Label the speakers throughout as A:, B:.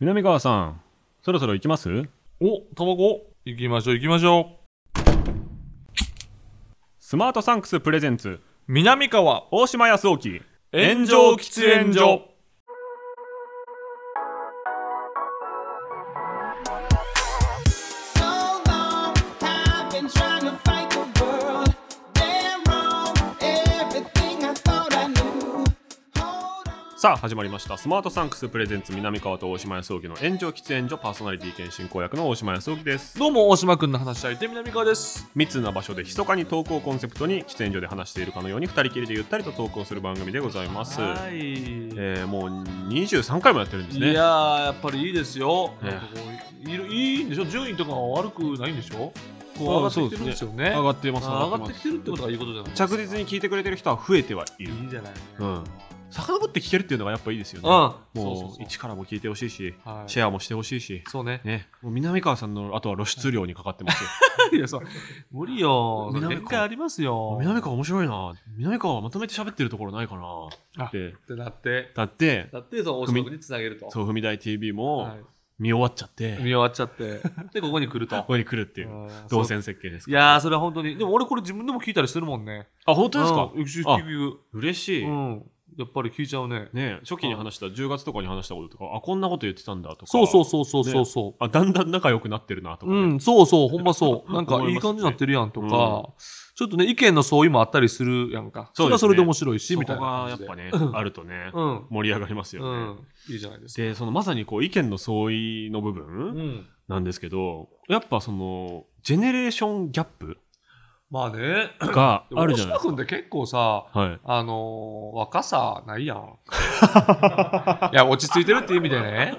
A: 南川さん、そろそろ行きます
B: お、タバコ行きましょう行きましょ
A: スマートサンクスプレゼンツ、
B: う。南川、
A: 大島康沖、
B: 炎上喫煙所。
C: So long, I've been trying to fight the world. Damn wrong, everything I thought I knew. Hold on.
A: さあ始まりましたスマートサンクスプレゼンツ南川と大島康沖の炎上喫煙所パーソナリティ兼進行役の大島康沖です
B: どうも、大島くんの話し相手、南川です。
A: 密な場所で密かに投稿コンセプトに喫煙所で話しているかのように二人きりでゆったりと投稿する番組でございます、
B: い
A: えー、もう23回もやってるんです
B: い
A: ね
B: やー、やっぱりいいですよ。
A: ね
B: なんかこういるいいんでしょ順位とかは悪くないんでしょこう上が
A: あ
B: ってきてるんですよね。
A: 上がってます
B: あ上がって
A: ま
B: き
A: す
B: てるってことがいいことじゃないですか
A: 着実に聞いてくれてる人は増えてはいる
B: いいじゃない。
A: う
B: うん
A: ん遡って聞けるっていうのがやっぱいいですよね
B: も
A: もう一からも聞いてほしいし、
B: はい
A: シェアもしてほしいし
B: そうね。
A: ね、もう南川さんのあとは露出量にかかってますよ。
B: いや、そう。無理よ。
A: 南川
B: 限界ありますよ。
A: 南川面白いな南川はまとめて喋ってるところないかな
B: あ
A: って
B: ってなって。
A: だって
B: だって、そう、大島くんにつなげると。
A: そう踏み台 TV
B: は
A: も
B: い
A: 見終わっちゃって、
B: 見終わっちゃ って。で、ここに来ると。
A: ここに来るっていう
B: あー
A: 動線設計です
B: い
A: から
B: やー、それは本当に。でも俺これ自分でも聞いたりするもんね。
A: あ本当ですか
B: うんよく聞く
A: あ
B: 聞く
A: 嬉しい、
B: うん。やっぱり聞いちゃうね。
A: ね初期に話した10月とかに話したこととかあこんなこと言ってたんだとか
B: そうそうそうそうそうそう。
A: あだんだん仲良くなってるなとか
B: う
A: ね、
B: ん、そうそう、ほんま そう。なんか
A: 思い
B: いい
A: ますね
B: 感じになってるやんとか、
A: うん
B: ちょっとね、意見の相違もあったりするやんか。
A: そ
B: そうれ
A: ですね
B: はそれで面白いし、
A: そ
B: みたい
A: こ
B: な
A: がや
B: 感
A: っ
B: じで。
A: ぱねあるとね、
B: うん。
A: 盛り上がりますよ
B: う
A: ね、
B: ん。いいじゃないですか。
A: でそのまさにこう意見の相違の部分、
B: うん。
A: なんですけど、やっぱその、ジェネレーションギャップ
B: まあね。
A: が
B: でも
A: あるじゃないです
B: 大島君って結構さ、
A: か。 はい。
B: あのー若さない やん。いや、落ち着いてるっていう意味でね。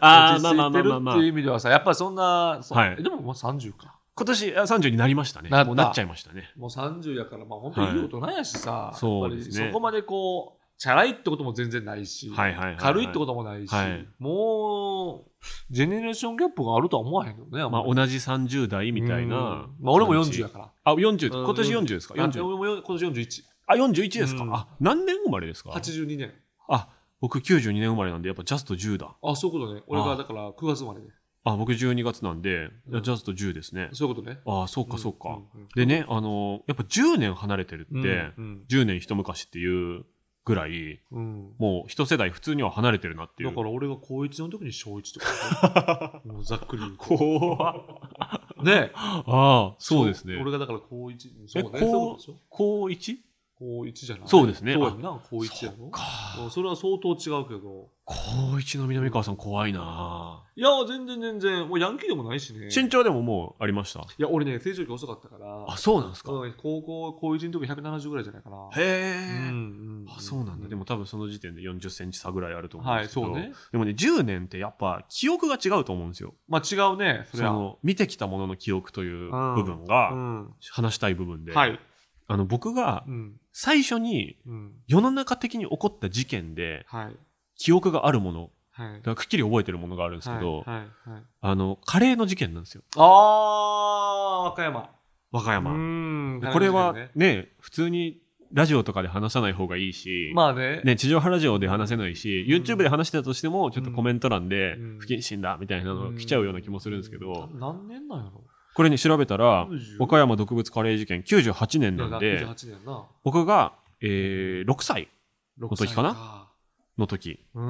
A: あ
B: 落
A: ー
B: ち
A: まあまあ
B: 着い
A: ま
B: て
A: あ
B: る
A: まあまあ
B: っていう意味ではさ、やっぱりそんな、そ
A: はい
B: でももう30か。
A: 今年あ30になりましたね。
B: なった
A: もうなっちゃいましたね。
B: もう30やから、まあ本当にいい大人やし
A: い
B: さ、やっぱ
A: そうで
B: り
A: す
B: そ
A: ね
B: こまでこう、チャラいってことも全然ないし、
A: はいはいはい、はい。
B: 軽いってことともないし、
A: はい
B: もう、ジェネレーションギャップがあるとは思わへんけどね、
A: まあ同じ30代みたいな。
B: うんまあ俺も40や
A: 感じ。
B: から。
A: あ、40、
B: うん
A: 今年40ですか
B: あ俺
A: ?40。
B: もよ今年41、
A: あ、41ですか、
B: うん
A: あ、何年生まれですか
B: 82年。
A: あ、僕92年生まれなんで、やっぱジャスト10だ。
B: あ、そういうことね。俺
A: あ
B: がだから9月生まれね。
A: あ、僕12月なんで、
B: うん
A: ジャスト10ですね。
B: そういうことね。
A: あ、そうかそうか。
B: んん
A: でね、あの、やっぱ10年離れてるって、
B: うん
A: 10年一昔っていうぐらい、
B: うんうん
A: もう一世代普通には離れてるなってい
B: だ
A: う。
B: から俺が高1の時に小1とか、 ね、もうざっくり言うと
A: 怖
B: ね
A: ああ、そうですね。
B: 俺がだから高1、そ
A: え。
B: うねそういうことでしょ
A: 高 1?
B: 高一じゃない
A: そうですね
B: そうやんな、高一やろ。
A: か。
B: うんそれは相当違うけど。
A: 高1の南川さん怖いない
B: や、全然全然、もうヤンキーでもないし
A: 身
B: ね。い
A: 長でももうありました。
B: や、俺ね、成長期遅かったから、
A: あ、そうなんですか。
B: うん高校、高一の時170ぐらいじゃないかな。
A: へ
B: う
A: え。
B: ん
A: あ、そうなんだ。で、も多分その時点で40センチ差ぐらいあると思うん
B: は
A: で
B: い、
A: すけど。
B: そうね。。
A: でもね、10年ってやっぱ記憶が違うと思うんですよ。
B: まあ違うね、そ
A: そ
B: れは。
A: の見てきたものの記憶という
B: うん
A: 部分
B: う
A: が
B: ん。
A: 話したい部分で、
B: はい。
A: あの僕が
B: うん。
A: 最初に
B: うん。
A: 世の中的に起こった事件で
B: はい。
A: 記憶があるもの
B: はい。
A: だからくっきり覚えてるものがあるんですけど、
B: はい。はいはい。
A: あのカレーの事件なんですよ
B: あー、和歌山。
A: 和歌山、
B: うん
A: これは
B: 悲しいよね
A: ね普通にラジオとかで話さない方がいいし、
B: まあね。
A: ね、地上波ラジオで話せないし、
B: うん
A: YouTube で話してたとしてもちょっとコメント欄で
B: うん
A: 不謹慎だみたいなのが来ちゃうような気もするんですけど、
B: うん何年なんやろ
A: これに調べたら
B: 90
A: 和歌山毒物カレー事件98年なん
B: い
A: で
B: や98年な。
A: 僕が、えー6歳
B: 6
A: 時かなの時
B: う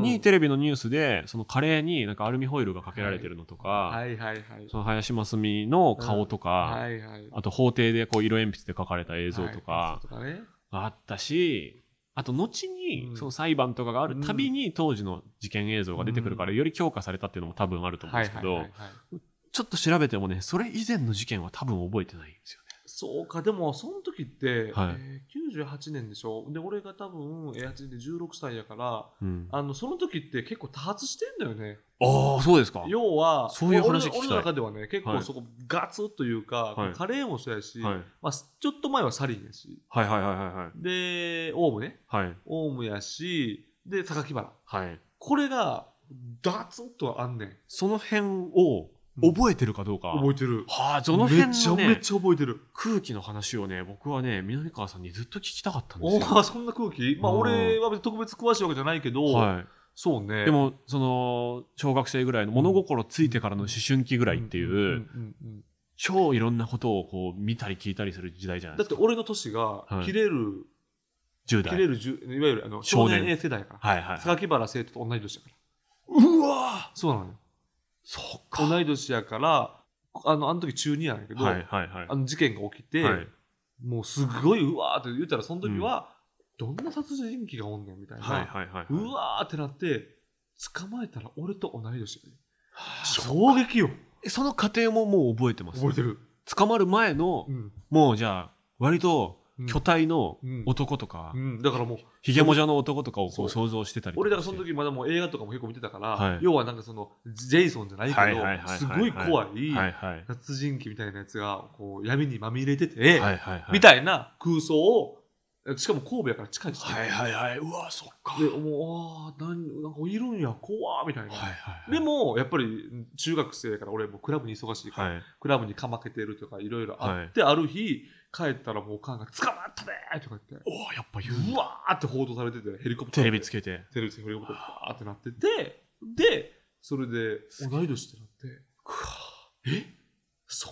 B: ん。
A: にテレビのニュースでそのカレーになんかアルミホイルがかけられてるのとか、
B: はいはいはい。
A: その林真澄の顔とか、
B: はいはい。
A: あと法廷でこう色鉛筆で書かれた映像と
B: は
A: か
B: い。そうとかね。
A: があったし、あと後に
B: うん
A: その裁判とかがあるたびに当時の事件映像が出てくるからより強化されたっていうのも多分あると思うん
B: はい
A: ですけ
B: はいはい
A: ど
B: はい、。
A: ちょっと調べてもね、それ以前の事件は多分覚えてないんですよね。
B: そうか、でも、その時って、
A: はい
B: えー98年でしょ。で、俺が多分、8年で16歳やから、
A: うん、あ
B: あの、その時って結構多発してんだよね。
A: あー、そうですか。
B: 要は、
A: そういう話聞きたい
B: 俺の俺の中ではね、結
A: は
B: 構
A: い
B: そこガツッというか、
A: はい
B: カレーもそうやし、
A: はい、
B: まあ、ちょっと前はサリンやし、
A: はいはいは
B: で、オウムね。
A: いはいはい。
B: オウムやし、で、榊原。
A: はい。はい。
B: これが、ダツッとあんねん。
A: その辺を覚えてるかどうか。
B: 覚えてる。
A: はあ、その辺
B: めちゃ
A: の、
B: め
A: ね、
B: ちゃ覚えてる。
A: 空気の話をね、僕はね、南川さんにずっと聞きたかったんです
B: お
A: よ。
B: ーそんな空気まあ
A: うん
B: 俺は別に特別詳しいわけじゃないけど、
A: はい。
B: そうね。
A: でもその小学生ぐらいの物心ついてからの思春期ぐらいっていう、
B: んんうんうん
A: 超いろんなことをこう見たり聞いたりする時代じゃないで
B: だ
A: す
B: って
A: か
B: 俺の年が
A: はい、
B: 切れる、
A: 10
B: 切
A: 代
B: れる、じゅいわゆるあの
A: 少
B: 少
A: 年
B: 年 A 世代やから。
A: はいはい
B: 榊原生徒と同い年やから。
A: うわ
B: そうなのよ。
A: そうか
B: 同い年やから、あの、あの時中2やねんけど、
A: はいはいはい
B: あの事件が起きて、
A: はい
B: もうすごいうわーって言ったらその時は、どんな殺人鬼がおんねんみたいな、
A: はいはいはいう
B: わーってなって捕まえたら俺と同い年やで
A: そ
B: 衝撃よ
A: その過程ももう覚えてます
B: 覚えてる、
A: 捕まる前の
B: うん
A: もうじゃあ割と
B: うん
A: 巨体の
B: うん
A: 男とか、
B: うん、だからもう
A: ヒゲもじゃの男とかをこ
B: そう
A: う想像してたりと
B: 俺だか
A: から
B: その
A: して
B: 時まだもう映画とかも結構見てたから、
A: はい
B: 要はなんかそのジェイソンじゃないけど、
A: はいはいはいはいはい
B: すごい怖
A: はい
B: い
A: はい
B: 殺人鬼みたいなやつがこう闇にまみれてて、
A: はいはいはい
B: みたいな空想をしかも神戸やから近いし、
A: はいはいはいうわそっか
B: でもうあーなんなんかいるんや怖ーみたいな、
A: はいはい
B: でもやっぱり中学生から俺もうクラブに忙しいから、
A: はい
B: クラブにかまけてるとかいろいろあって、ある日帰ったらもうおかんが「捕まったね!」とか言って
A: おおやっぱ言う
B: うわーって報道されててヘリコプター
A: テレビつけて
B: テレビつけてヘリコプターバーってなっててでそれで同い年ってなってえそ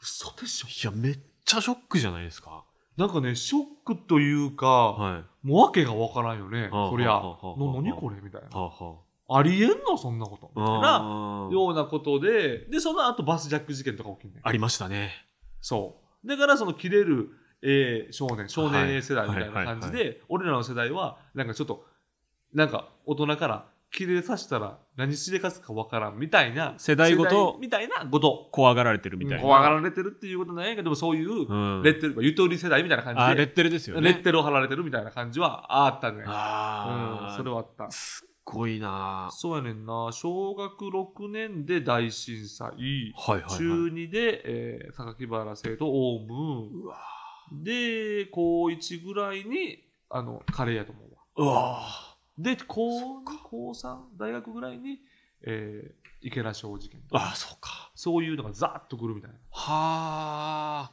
B: 嘘でしょ
A: いやめっちゃショックじゃないですか
B: なんかねショックというか、
A: は
B: もう訳がわからんよね、
A: はあ
B: そり
A: は
B: ゃ、
A: あはあはあ
B: の何これみたい
A: い
B: な
A: はあは
B: ありえんのそんなことみたいな
A: あうん
B: ようなことででその後バスジャック事件とか起きんねん
A: ありましたね
B: そう。だからその切れる、えー少年、少年 A 世代みたいな感じで、
A: はいは
B: 俺らの世代は、なんかちょっと、なんか大人から切れさせたら何しでかすかわからんみたいな。
A: 世代ごと
B: 世代みたいなこと。
A: 怖がられてるみたいな
B: 怖がられてるっていうことなんやけど、でもそういう
A: う、ん
B: レッテル、ゆとり世代みたいな感
A: あ
B: じ
A: レ
B: で、
A: ッテルですよね
B: レッテルを貼られてるみたいな感じはあったね。
A: あ
B: う
A: あ
B: ん、それはあった。
A: すっごいな
B: そうやねんな、小学6年で大震災。
A: はいはいはい
B: 中2で、えー、榊原生とオウム
A: うわ
B: で高1ぐらいにあのカレーやと思うわ
A: うわ
B: で高高3大学ぐらいに、えー、池田小事件
A: ああそうか
B: そういうのがざっとくるみたいな
A: は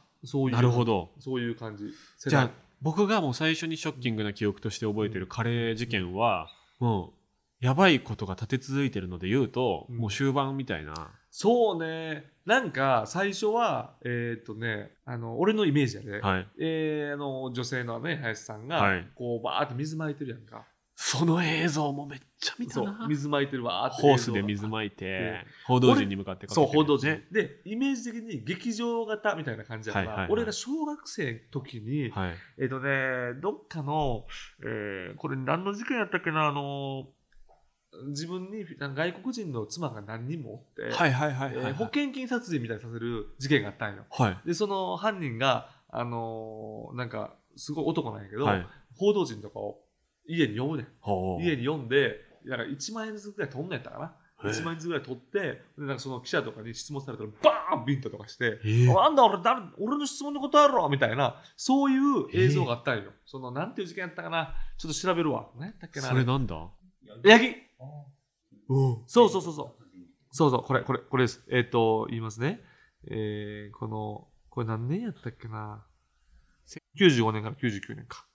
A: あ
B: そういう
A: なるほど
B: そういう感じ
A: じゃ
B: 世
A: あ
B: 代
A: 僕がもう最初にショッキングな記憶として覚えてるカレー事件はもうやばいことが立て続いてるので言うと、
B: うん
A: もう終盤みたいな
B: そうねなんか最初はえーっとねあの俺のイメージやで、
A: はい
B: えーあの女性のね林さんが、
A: はい
B: こうバーって水まいてるやんか
A: その映像もめっちゃ見た
B: そう
A: な
B: 水まいてるわーって
A: ホースで
B: 映像が
A: 水まいて
B: で
A: 報道陣に向かってかけて
B: そう、
A: る
B: 報道陣、
A: ね
B: で、イメージ的に劇場型みたいな感じだから、
A: はいはいはい
B: 俺が小学生の時に、
A: はい
B: えっ、とね、どっかの、えーこれ何の事件やったっけな、あの自分にあの外国人の妻が何人もおって、
A: はいはいはい
B: え
A: はい
B: ー保険金殺人みたいにさせる事件があったんよ。
A: はい
B: で、その犯人が、あのーなんか、すごい男なんやけど、
A: はい
B: 報道陣とかを家に呼ぶねん。
A: ほう
B: 家に読んで、なんか1万円ずつぐらい取んねやったか
A: へえ
B: な。1万円ずつぐらい取って、でなんかその記者とかに質問されたら、バーンビンタとかして、
A: えー
B: なんだ俺誰、俺の質問に答えろみたいな、そういう映像があったんよ。その、なんていう事件やったかな、ちょっと調べるわ。何やったっけな。
A: それなんだ
B: ヤギ
A: うん
B: そうそうそうそう。そうそう、これ、これ、これです。えっ、と、言いますね。えーこの、これ何年やったっけな。95年から99年か。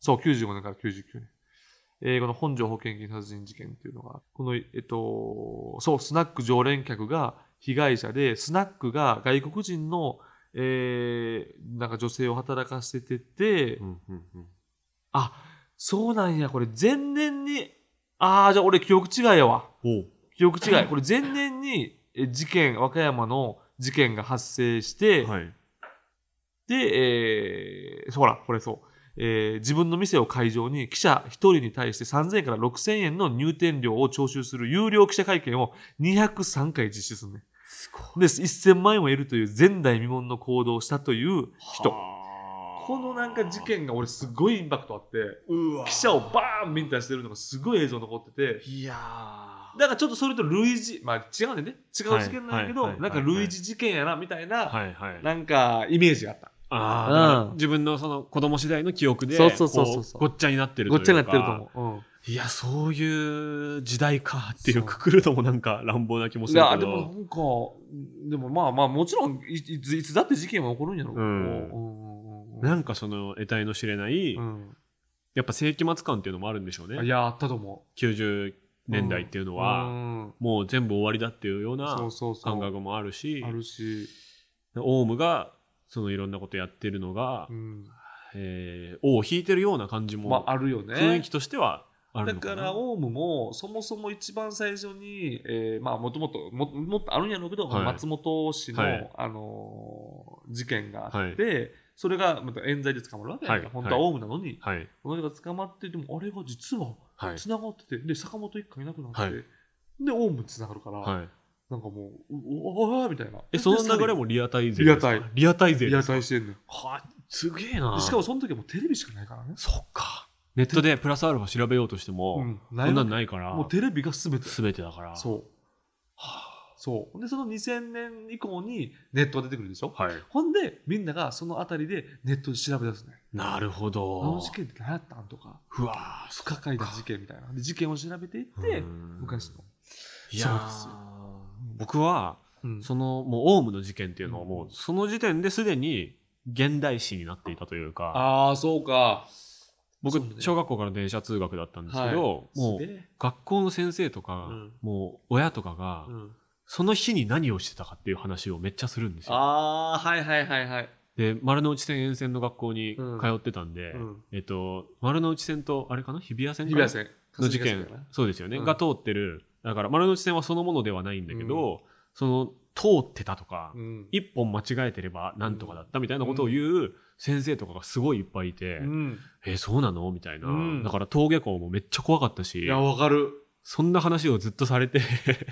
B: そう、95年から99年。えーこの本庄保険金殺人事件っていうのが、この、えっ、と、そう、スナック常連客が被害者で、スナックが外国人の、えーなんか女性を働かせてて、
A: うんうんうん
B: あ、そうなんや、これ前年に、ああ、じゃあ俺記憶違いやわ。
A: おう
B: 記憶違い。これ前年にえ事件、和歌山の事件が発生して、
A: はい
B: で、えー、ほら、これそう。えー自分の店を会場に記者1人に対して3000円から6000円の入店料を徴収する有料記者会見を203回実施するねん。
A: すごい
B: で、1000万円を得るという前代未聞の行動をしたという人。こ
A: こ
B: のなんか事件が俺すごいインパクトあって、
A: うわ
B: 記者をバーンビンタしてるのがすごい映像残ってて、
A: いや
B: だからちょっとそれと類似、まあ違うねんね。違う事件なんやけど、
A: はいはい
B: なんか類似事件やなみたいな、
A: はいはい
B: なんかイメージがあった。
A: あーだから
B: うん
A: 自分のその子供時代の記憶で
B: そうそうそうそうそう
A: こごっちゃになってるとい
B: ご
A: う
B: っ
A: か
B: ちゃになってると思
A: いやそういう時代かっていう
B: そう
A: くくるともなんか乱暴な気も
B: う。い
A: する
B: や、
A: け
B: でも
A: ど
B: なんか、でもまあまあ、もちろんいいついつだって事件は起こるんやろ。
A: うん
B: うんうんうん
A: なんかその得体の知れない、
B: うん
A: やっぱ世紀末感っていうのもあるんでしょう
B: い
A: ね
B: や、あったと思
A: 90年代っていうのは、
B: うん
A: もう全部終わりだっていうような
B: そうそうそう
A: 感覚もあるし
B: あるし、
A: オウムがそのいろんなことやってるのが、
B: うん
A: えー尾を引いてるような感じも、
B: まああるよね
A: 雰囲気としてはある
B: だ
A: のか
B: か
A: な
B: らオウムもそもそも一番最初に、えーまあもともとももっとあるんやろうけど、
A: はい
B: 松本氏の、
A: はい
B: あのー事件があって、それがまた冤罪で捕まるわけやんか、
A: はい
B: 本当はオウムなのに、
A: はい
B: この人が捕まってでもあれが実は
A: はい
B: 繋がってて、で坂本一家いなくなって、
A: はい
B: でオウム繋がるから、
A: はい
B: なんかもうううわーみたいな
A: えその流れ
B: も
A: もリアタイ勢ですか
B: リアタ
A: リアタイ勢
B: い
A: で
B: や
A: すか
B: 大してんねん
A: はあすげえな
B: でしかもその時はもうテレビしかないからね、
A: そっかネットでプラスアルファ調べようとしても、
B: うんな
A: そ
B: い
A: んな
B: わ
A: のないから
B: もうテレビが全て
A: 全てだから
B: そう。そう。で、その2000年以降にネットが出てくるでしょ、
A: はい
B: ほんで、みんながそのあたりでネットで調べ出すね。
A: なるほ
B: あ
A: ど
B: の事件って何やったんとか、
A: うわー
B: 不可解な事件みたいな。で、事件を調べていって
A: う、ん
B: 昔の。
A: いやー
B: そうですよ
A: 僕は
B: うん
A: そのもうオウムの事件っていうのはもうその時点ですでに現代史になっていたというか
B: ああ、そうか。
A: 僕
B: そうね
A: 小学校から電車通学だったんですけど、も
B: すげ
A: う
B: え
A: 学校の先生とか、
B: うん
A: もう親とかが、
B: うん
A: その日に何をしてたかっていう話をめっちゃするんですよ。
B: ああ、はいはいはいはい。
A: で丸の内線沿線の学校に通
B: うん
A: ってたんで、
B: うん
A: えっと、丸の内線とあれかな日比谷線か
B: 日比
A: な
B: 谷線。
A: の事
B: 霞
A: 件
B: ヶ関か
A: そうですよね、
B: うん
A: が通ってるだから丸の内線はそのものではないんだけど、その通ってたとか、
B: なうん。
A: 一本間違えてればなんとかだったみたいなことを言う先生とかがすごいいっぱいいて、
B: うん。
A: えそうなのみたいな、
B: うん
A: だから登下校もめっちゃ怖かったし
B: いや、わかる。
A: そんな話をずっとされて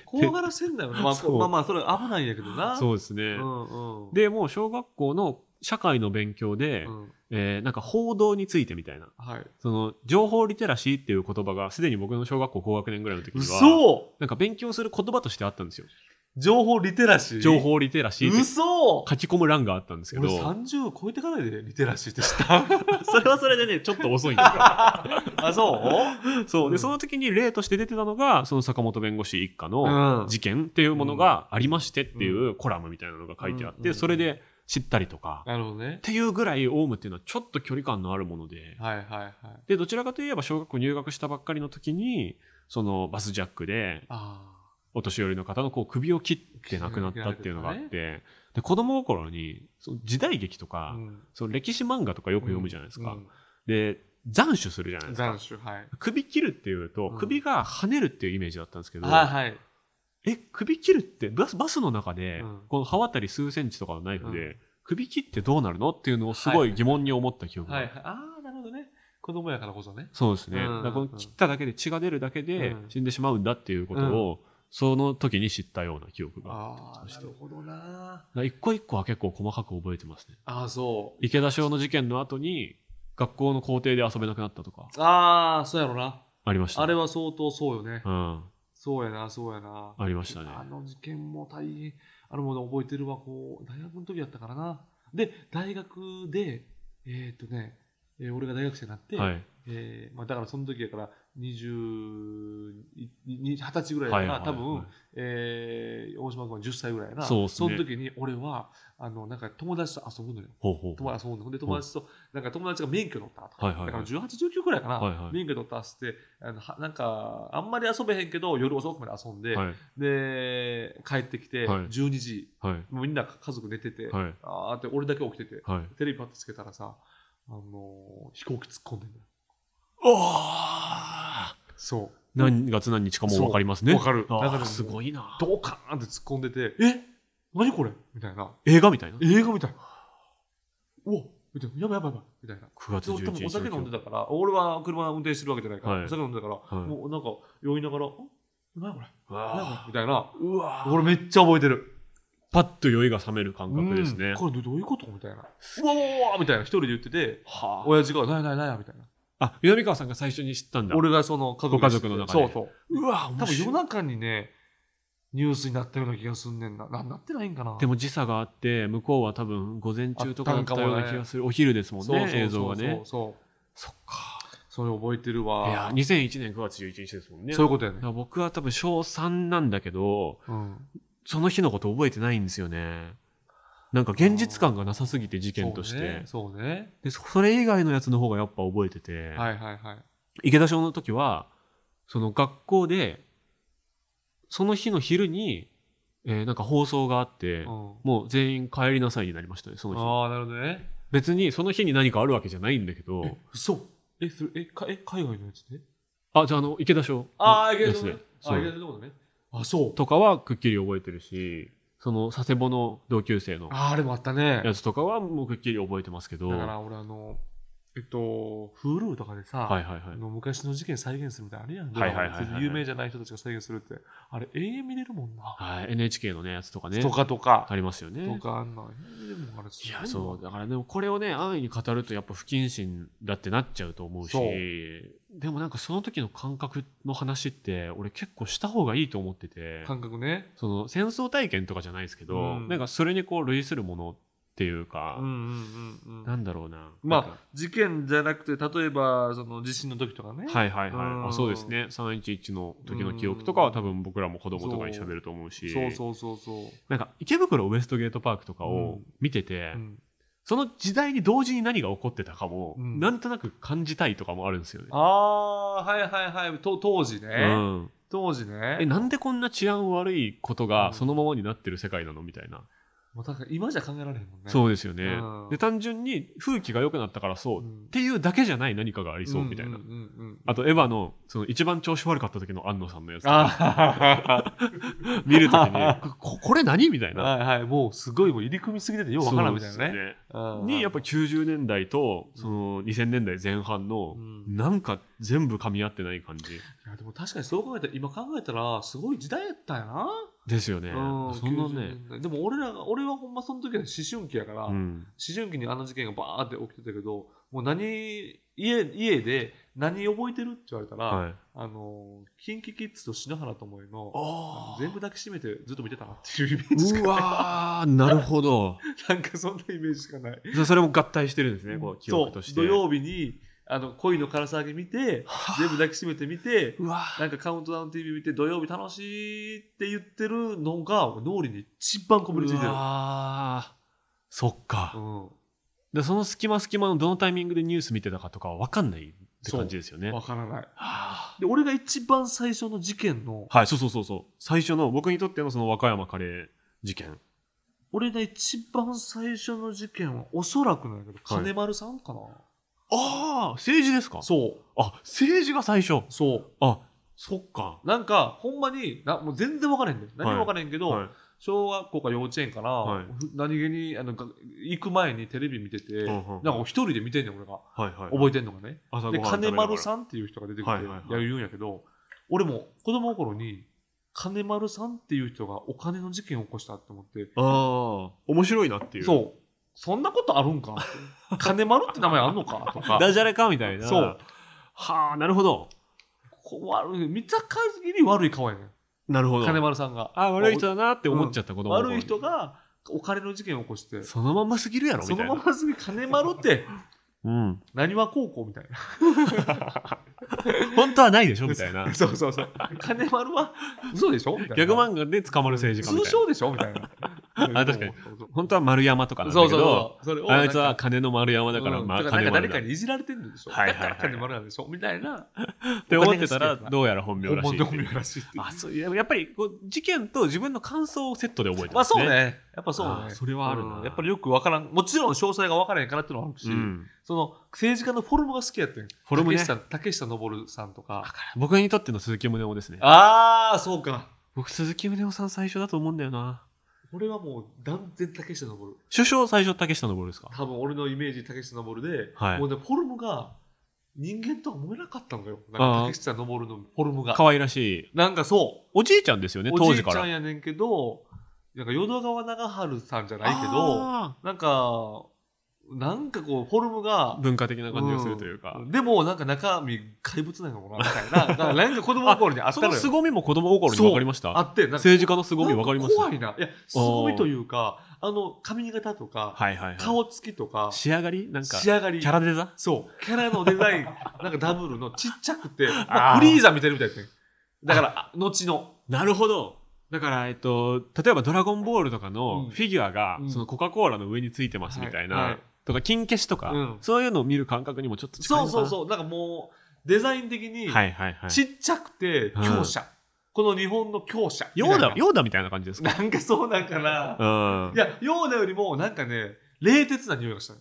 B: 怖がらせんだよね。まあ、
A: そう
B: まあまあ、それは危ないんやけどな。
A: そうですね、
B: うんうん。
A: でもう小学校の社会の勉強で、
B: うん、
A: えーなんか報道についてみたいな
B: はい。
A: その情報リテラシーっていう言葉がすでに僕の小学校高学年ぐらいの時には
B: 嘘
A: なんか勉強する言葉としてあったんですよ
B: 情報リテラシー
A: 情報リテラシーって
B: 嘘
A: 書き込む欄があったんですけど
B: 俺30を超えてからいでリテラシーって知 った
A: それはそれでねちょっと遅いんです よ
B: あそう
A: そう
B: う
A: で
B: ん
A: その時に例として出てたのがその坂本弁護士一家
B: う
A: の
B: ん
A: 事件っていうものがありましてっていうコラムみたいなのが書いてあっ
B: うんう
A: て
B: ん
A: それで知ったりとかっ
B: なるほどね
A: ていうぐらいオウムっていうのはちょっと距離感のあるもので
B: はいはいはい
A: でどちらかといえば小学校入学したばっかりの時にそのバスジャックで
B: あ
A: お年寄りの方のこう首を切って亡くなったっていうのがあってで子供心にその時代劇と
B: あ、
A: か、
B: ん、
A: その歴史漫画とかよく読むじゃないですか、
B: うん
A: で斬首するじゃないですか
B: 斬首はい
A: 首切るっていうと
B: うん
A: 首が跳ねるっていうイメージだったんですけど、
B: はいはい
A: え首切るってバスバスの中で、
B: うん
A: この刃渡り数センチとかのナイフで、
B: う
A: 首切ってどうなるのっていうのをすごい疑問に思った記憶が、
B: はいはいああなるほどね子供やからこそね
A: そうですね、
B: う
A: だ
B: ん
A: からこの切っただけで血が出るだけで
B: うん
A: 死んでしまうんだっていうことを、その時に知ったような記憶が
B: ああなるほどな
A: だから一個一個は結構細かく覚えてますね
B: ああそ
A: 池田翔の事件の後に学校の校庭で遊べなくなったとか
B: うああそうやろな
A: ありました
B: あれ
A: は
B: は相当そうよね、
A: うん
B: そうやなそうやな
A: ありましたね
B: あの事件も大変、あれも覚えてるわ、こう、大学の時だったからな。で、大学で、えーっとね、えー俺が大学生になって、
A: はい
B: えーまあ、だからその時やから20、20 20歳ぐらいだから、多分、えー大島君は10歳ぐらいやな。
A: そうっすね
B: の時に俺は、あの、なんか友達と遊ぶのよ。
A: ほうほう
B: 友達と遊ぶのよ。で、友達と、なんか友達が免許取ったとか、
A: はいはいはい
B: だから18、19ぐらいかな。
A: はいはい
B: 免許取ったっつって、あのはなんか、あんまり遊べへんけど、夜遅くまで遊んで、
A: はい
B: で帰ってきて
A: はい
B: 12時、
A: はい
B: もうみんな家族寝てて、
A: はい
B: あーって俺だけ起きてて
A: はい
B: テレビパッとつけたらさ、あのー飛行機突っ込んでる
A: あ
B: そ
A: 何月何日かもう分かりますね
B: そうわかる
A: あー
B: だから
A: すごいな
B: うドカーンって突っ込んでてえ何これみたいな
A: 映画みたいな
B: 映画みたいなうわみたいなやばいやばいやばいみたいな
A: 9月
B: でも多
A: 11
B: 分
A: 日
B: お酒飲んでたから俺は車運転してるわけじゃないから、
A: はい
B: お酒飲んでたから、
A: はい
B: もうなんか酔いながらん何これ
A: う
B: 何これ
A: わ
B: みたいな
A: ーうわー
B: 俺めっちゃ覚えてる
A: パッと酔いが覚める感覚です
B: う
A: ね
B: んこれどういうことみたいな。うわうわうわみたいな、一人で言ってて、
A: はあ
B: 親父が、なやなやなやみたいな。
A: あ南川さんが最初に知ったんだ
B: 俺がその家族
A: ご家族の中で
B: そうそう。
A: うわー
B: 多
A: 面
B: 分
A: 白い
B: 夜中にね、ニュースになったような気がすんねんな。ななってないんかな。
A: でも時差があって向こうは多分午前中とかだったよう
B: あった
A: な
B: んかもね
A: 気がするお昼ですもん
B: そうそう
A: ね
B: そう
A: 映像がね
B: そうそう。
A: そっか
B: それ覚えてる
A: いや
B: わ。
A: 2001年9月11日ですもんね
B: そういうことや
A: だ
B: ね
A: か。ら僕は多分小3なんだけど
B: うん。
A: その日のこと覚えてないんですよねなんか現実感がなさすぎて事件として
B: そうね。そうね
A: でそれ以外のやつの方がやっぱ覚えてて、
B: はいはいはい。
A: 池田小の時はその学校でその日の昼に、えーなんか放送があって、
B: うん
A: もう全員帰りなさいになりましたね、その日。
B: ああ、なるほどね。
A: 別にその日に何かあるわけじゃないんだけど、
B: 嘘え、それ、え、かえ海外のやつね。
A: あ、じゃああの、池田賞。
B: ああ、
A: の
B: いける
A: やつ
B: と
A: で
B: ね。あ
A: そ
B: あ、
A: う
B: いけるとこね。あ、そう。
A: とかはくっきり覚えてるし、その佐世保の同級生の
B: ああ、あれもあったね。
A: やつとかはもうくっきり覚えてますけど、
B: だ
A: は
B: か
A: い
B: ら俺あの、えっと、Hulu とかでさ、
A: はいはい。
B: あの昔の事件再現するみたいなのあるやん。
A: はいはいはいはい
B: ドラマ有名じゃない人たちが再現するって。あれ、永遠見れるもんな。
A: はい、NHK のね、やつとかね
B: と、かとか、
A: ありますよね。
B: とかあんな。永遠見れるもんあれす
A: い
B: ご
A: や
B: な
A: そうだからでもこれをね安易に語るとやっぱ不謹慎だってなっちゃうと思うし
B: そう
A: でもなんかその時の感覚の話って俺結構した方がいいと思ってて
B: 感覚ね。
A: その戦争体験とかじゃないですけど、
B: うん
A: なんかそれにこう類するものっていう
B: うん
A: か、
B: うんうんう。
A: なんんだろうななん
B: ま
A: か
B: あ、事件じゃなくて、例えば、その地震の時とかね。
A: はいはいはい、
B: うん
A: あそうですね311の時の記憶とかは
B: うん
A: 多分僕らも子供とかに喋ると思うし
B: そうそうそうそう。
A: なんか池袋ウエストゲートパークとか
B: う
A: を
B: ん
A: 見てて、
B: うん
A: その時代に同時に何が起こってたかも、
B: うん
A: なんとなく感じたいとかもあるんですよね。
B: ああー、はいはいはい。と当時
A: う
B: ね。
A: ん、
B: 当時ね。
A: えなんでこんな治安悪いこと
B: う
A: が
B: ん
A: そのままになってる世界なのみたいな、
B: もう確かに今じゃ考えられへんもんね。
A: そうですよね、
B: うん
A: で単純に風紀が良くなったからそう、
B: うん
A: っていうだけじゃない何かがあり
B: うん
A: そうみたいな、
B: うんうんうん
A: あとエヴァのその一番調子悪かった時の安野さんのやつとか
B: あ
A: 見るときに ここれ何みたい
B: あ、
A: な
B: はいはい。もうすごいもう入り組みすぎててようわからんみたい
A: そう
B: な
A: です
B: ね。
A: よね
B: うん
A: にやっぱ90年代とその2000年代前半の
B: うん
A: なんか全部噛み合ってない感じ
B: いやでも確かにそう考えたら、今考えたら、すごい時代やったんやな。
A: ですよね、
B: うん
A: そんな
B: 90
A: ね、
B: 年代でも俺らが、俺はほんまその時は思春期やから、
A: う
B: 思
A: ん、
B: 春期にあの事件がバーって起きてたけど、もう何、家家で何覚えてるって言われたら、
A: はい
B: あの、キンキキッズと篠原ともえの、
A: あ
B: 全部抱きしめてずっと見てたなっていうイメージしかないう
A: わー、なるほど。
B: なんかそんなイメージしかない。
A: じゃあそれも合体してるんですね、こう記憶として。
B: そう土曜日にあの恋のからさ上げ見て、全部抱きしめて見て、
A: うわ
B: なんかカウントダウン TV 見て、土曜日楽しいって言ってるのが脳裏に一番こびりついて
A: う
B: る。
A: わーそっ
B: う
A: か。
B: ん、
A: で、その隙間隙間のどのタイミングでニュース見てたかとかは分かんないって感じですよね。
B: わからない。
A: はあ
B: で、俺が一番最初の事件の、
A: はい、そうそうそうそう。最初の、僕にとってのその和歌山カレー事件。
B: 俺が一番最初の事件はおそらくなんだけど、
A: はい
B: 金丸さんかな、
A: ああ、政治ですか
B: そう、
A: あ、政治が最初。
B: そ
A: あ、そっか。
B: う。なんか、ほんまに、なもう全然わからへんねん。何もわからへんけど、
A: はい
B: 小学校か幼稚園かな、
A: はい
B: ふ何気にあのが行く前にテレビ見てて、
A: んう
B: なん
A: ん
B: か一人で見てんねん、俺が。
A: はいはい。
B: 覚えてんのがね。
A: 朝
B: で、
A: ごはん食べ
B: 金
A: ながら
B: 丸さんっていう人が出てきて、
A: はいはいはい
B: やるんやけど、俺も子供の頃に、金丸さんっていう人がお金の事件を起こしたって思って、
A: ああ、面白いなっていう。
B: そう、そんなことあるん かって金丸って名前あんのかとか、
A: ダジャレかみたいな。
B: そう。
A: はあ、なるほど。
B: こう悪い見た限り悪い顔やねん。
A: なるほ
B: 金丸さんが。
A: あ悪い人だなって思っちゃった子供の頃
B: 悪い人がお金の事件を起こして、
A: そのまますぎるやろみた
B: そ
A: いな
B: のまますぐ金丸って、
A: うん
B: 何は高校みたいな。
A: 本当はないでしょみたいな
B: そうそうそう。金丸は嘘でしょみたいな。
A: 逆漫画で捕まる政治家み
B: 通
A: たいな
B: 称でしょみたいな。
A: あ確かに。本当は丸山とかなんだ
B: そうそう
A: けど
B: そう。それを
A: あいつは金の丸山だから、
B: うん
A: まあ、
B: だから
A: 金
B: なんか
A: 丸
B: 誰
A: だ
B: か
A: っ
B: にいじられてるんでしょ
A: はいはいはい
B: だから金丸なんでしょみたいな。
A: て思ってたら
B: お金が好きな
A: どうやら本名らしいって
B: 本
A: い
B: 名
A: う
B: らしいっていう
A: あそういややっぱりこう事件と自分の感想をセットで覚えて
B: ま
A: ま
B: あ
A: す
B: そう
A: ね,、
B: ね。やっぱそう
A: あー
B: ね。
A: それはあるな
B: うんやっぱりよくわからん。もちろん詳細がわからへんからっていうのもあるし、
A: うん
B: その政治家のフォルムが好きやってん。
A: フォルムね
B: 竹下竹下登さんとか。
A: 僕にとっての鈴木宗男ですね
B: ああ、そうか。
A: 僕鈴木宗男さん最初だと思うんだよな
B: 俺はもう断然竹下登る。
A: 首相最初竹下登ですか
B: 多分俺のイメージ竹下登で、
A: はい
B: もうねフォルムが人間とは思えなかったのよ
A: あ
B: なん
A: あ
B: か竹下登のフォルムが
A: 可愛らしい
B: なんかそ
A: おじいちゃんですよ
B: う、
A: ね
B: お
A: 当
B: じ
A: 時
B: い
A: か
B: ち
A: ら
B: ゃんやねんけどなんか淀川長春さんじゃないけど
A: あ
B: なんかなんかこうフォルム
A: ー
B: が
A: 文化的な感じがするというか、
B: んでもなんか中身怪物なのかな みたいなだからなんか子供心にあった
A: そ
B: の
A: の
B: よ
A: 凄みも子供心に分かりまし
B: あ
A: た
B: ってなんか
A: 政治家の凄み分かります
B: なん怖いないや凄みというかあの髪型とか、
A: はいはいはい
B: 顔つきとか
A: 仕上がりなんか
B: 仕上がり
A: キャラデザ
B: そう、キャラのデザイン、なんかダブルのちっちゃくて、ま
A: あ
B: あ、
A: ー
B: フリーザ見てるみたいですね。だから、あ後の。
A: なるほどだから、えっと、例えば「ドラゴンボール」とかの
B: うん
A: フィギュアが、
B: うん
A: そのコカ・コーラの上についてますみたいな、
B: はいはい
A: とか金消しとか、
B: うん
A: そういうのを見る感覚にもちょっと近い
B: そ
A: の
B: う
A: か
B: そ
A: な
B: うそう、なんかもう、デザイン的に、
A: はいはいはい
B: ちっちゃくて
A: うん
B: 強者、この日本の強者み
A: ヨ
B: たい
A: ー
B: な
A: ダ、ヨーダみたいな感じですか
B: なんかそうなんかな
A: う。ん。あ
B: いや、ヨーダよりも、なんかね、冷徹な匂いがしたね。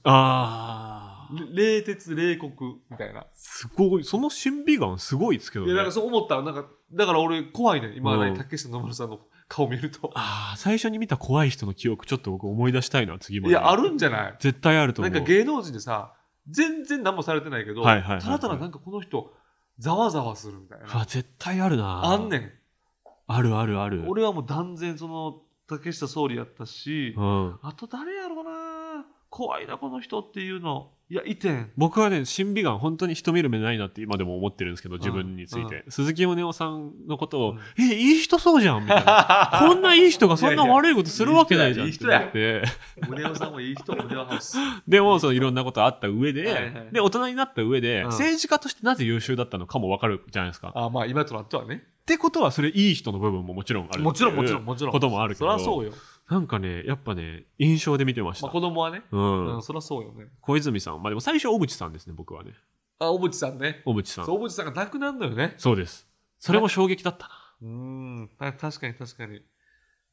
A: あー。
B: 冷徹、冷酷、みたいな。
A: すごい。その審美眼すごいですけど
B: い
A: ね
B: や、なん。かそう思った。なんか、だから俺、怖いね。今
A: う
B: ね、
A: ん
B: 竹下登さんの顔見ると。
A: ああ、最初に見た怖い人の記憶、ちょっと僕思い出したいな、次ま
B: い
A: で。
B: や、あるんじゃない
A: 絶対あると
B: な
A: 思
B: ん
A: う。
B: か芸能人でさ、全然何もされてないけど、
A: はいはいはいはい
B: ただただなんかこの人、ざわざわするみたいう
A: わ
B: な。
A: 絶対あるな。
B: あんねん。
A: あるあるある。
B: 俺はもう断然、その、竹下総理やったし
A: う、ん。
B: あと誰やろうな怖いな、この人っていうの。いや、いてん。
A: 僕はね、審美眼、本当に人見る目ないなって今でも思ってるんですけど、自分について。鈴木宗男さんのことを、
B: うん
A: え、いい人そうじゃんみたいな。 こんないい人がそんな悪いことするわけないじゃんって思って。
B: 胸尾さんもいい人、胸尾ハウス。
A: でも、そのいろんなことあった上で、
B: はいはい
A: で、大人になった上で、
B: うん
A: 政治家としてなぜ優秀だったのかもわかるじゃないですか。っ
B: あ、まあ、今となってはね。
A: てことは、それいい人の部分ももちろんあるっていう
B: もちろん、もちろん、もちろん。
A: こともあるけど
B: そりゃそうよ。
A: なんかね、やっぱね、印象で見てまし
B: ま
A: た。
B: あ、子供はね。
A: うん
B: うん、そりゃそうよね。
A: 小泉さん、まあでも最初、小渕さんですね、僕はね。
B: あ、小渕さんね。
A: 小渕さん。そ
B: そ
A: う
B: う、小渕さんが亡くなるのよね。
A: です。それも衝撃だったな。
B: うーん、た確かに確かに。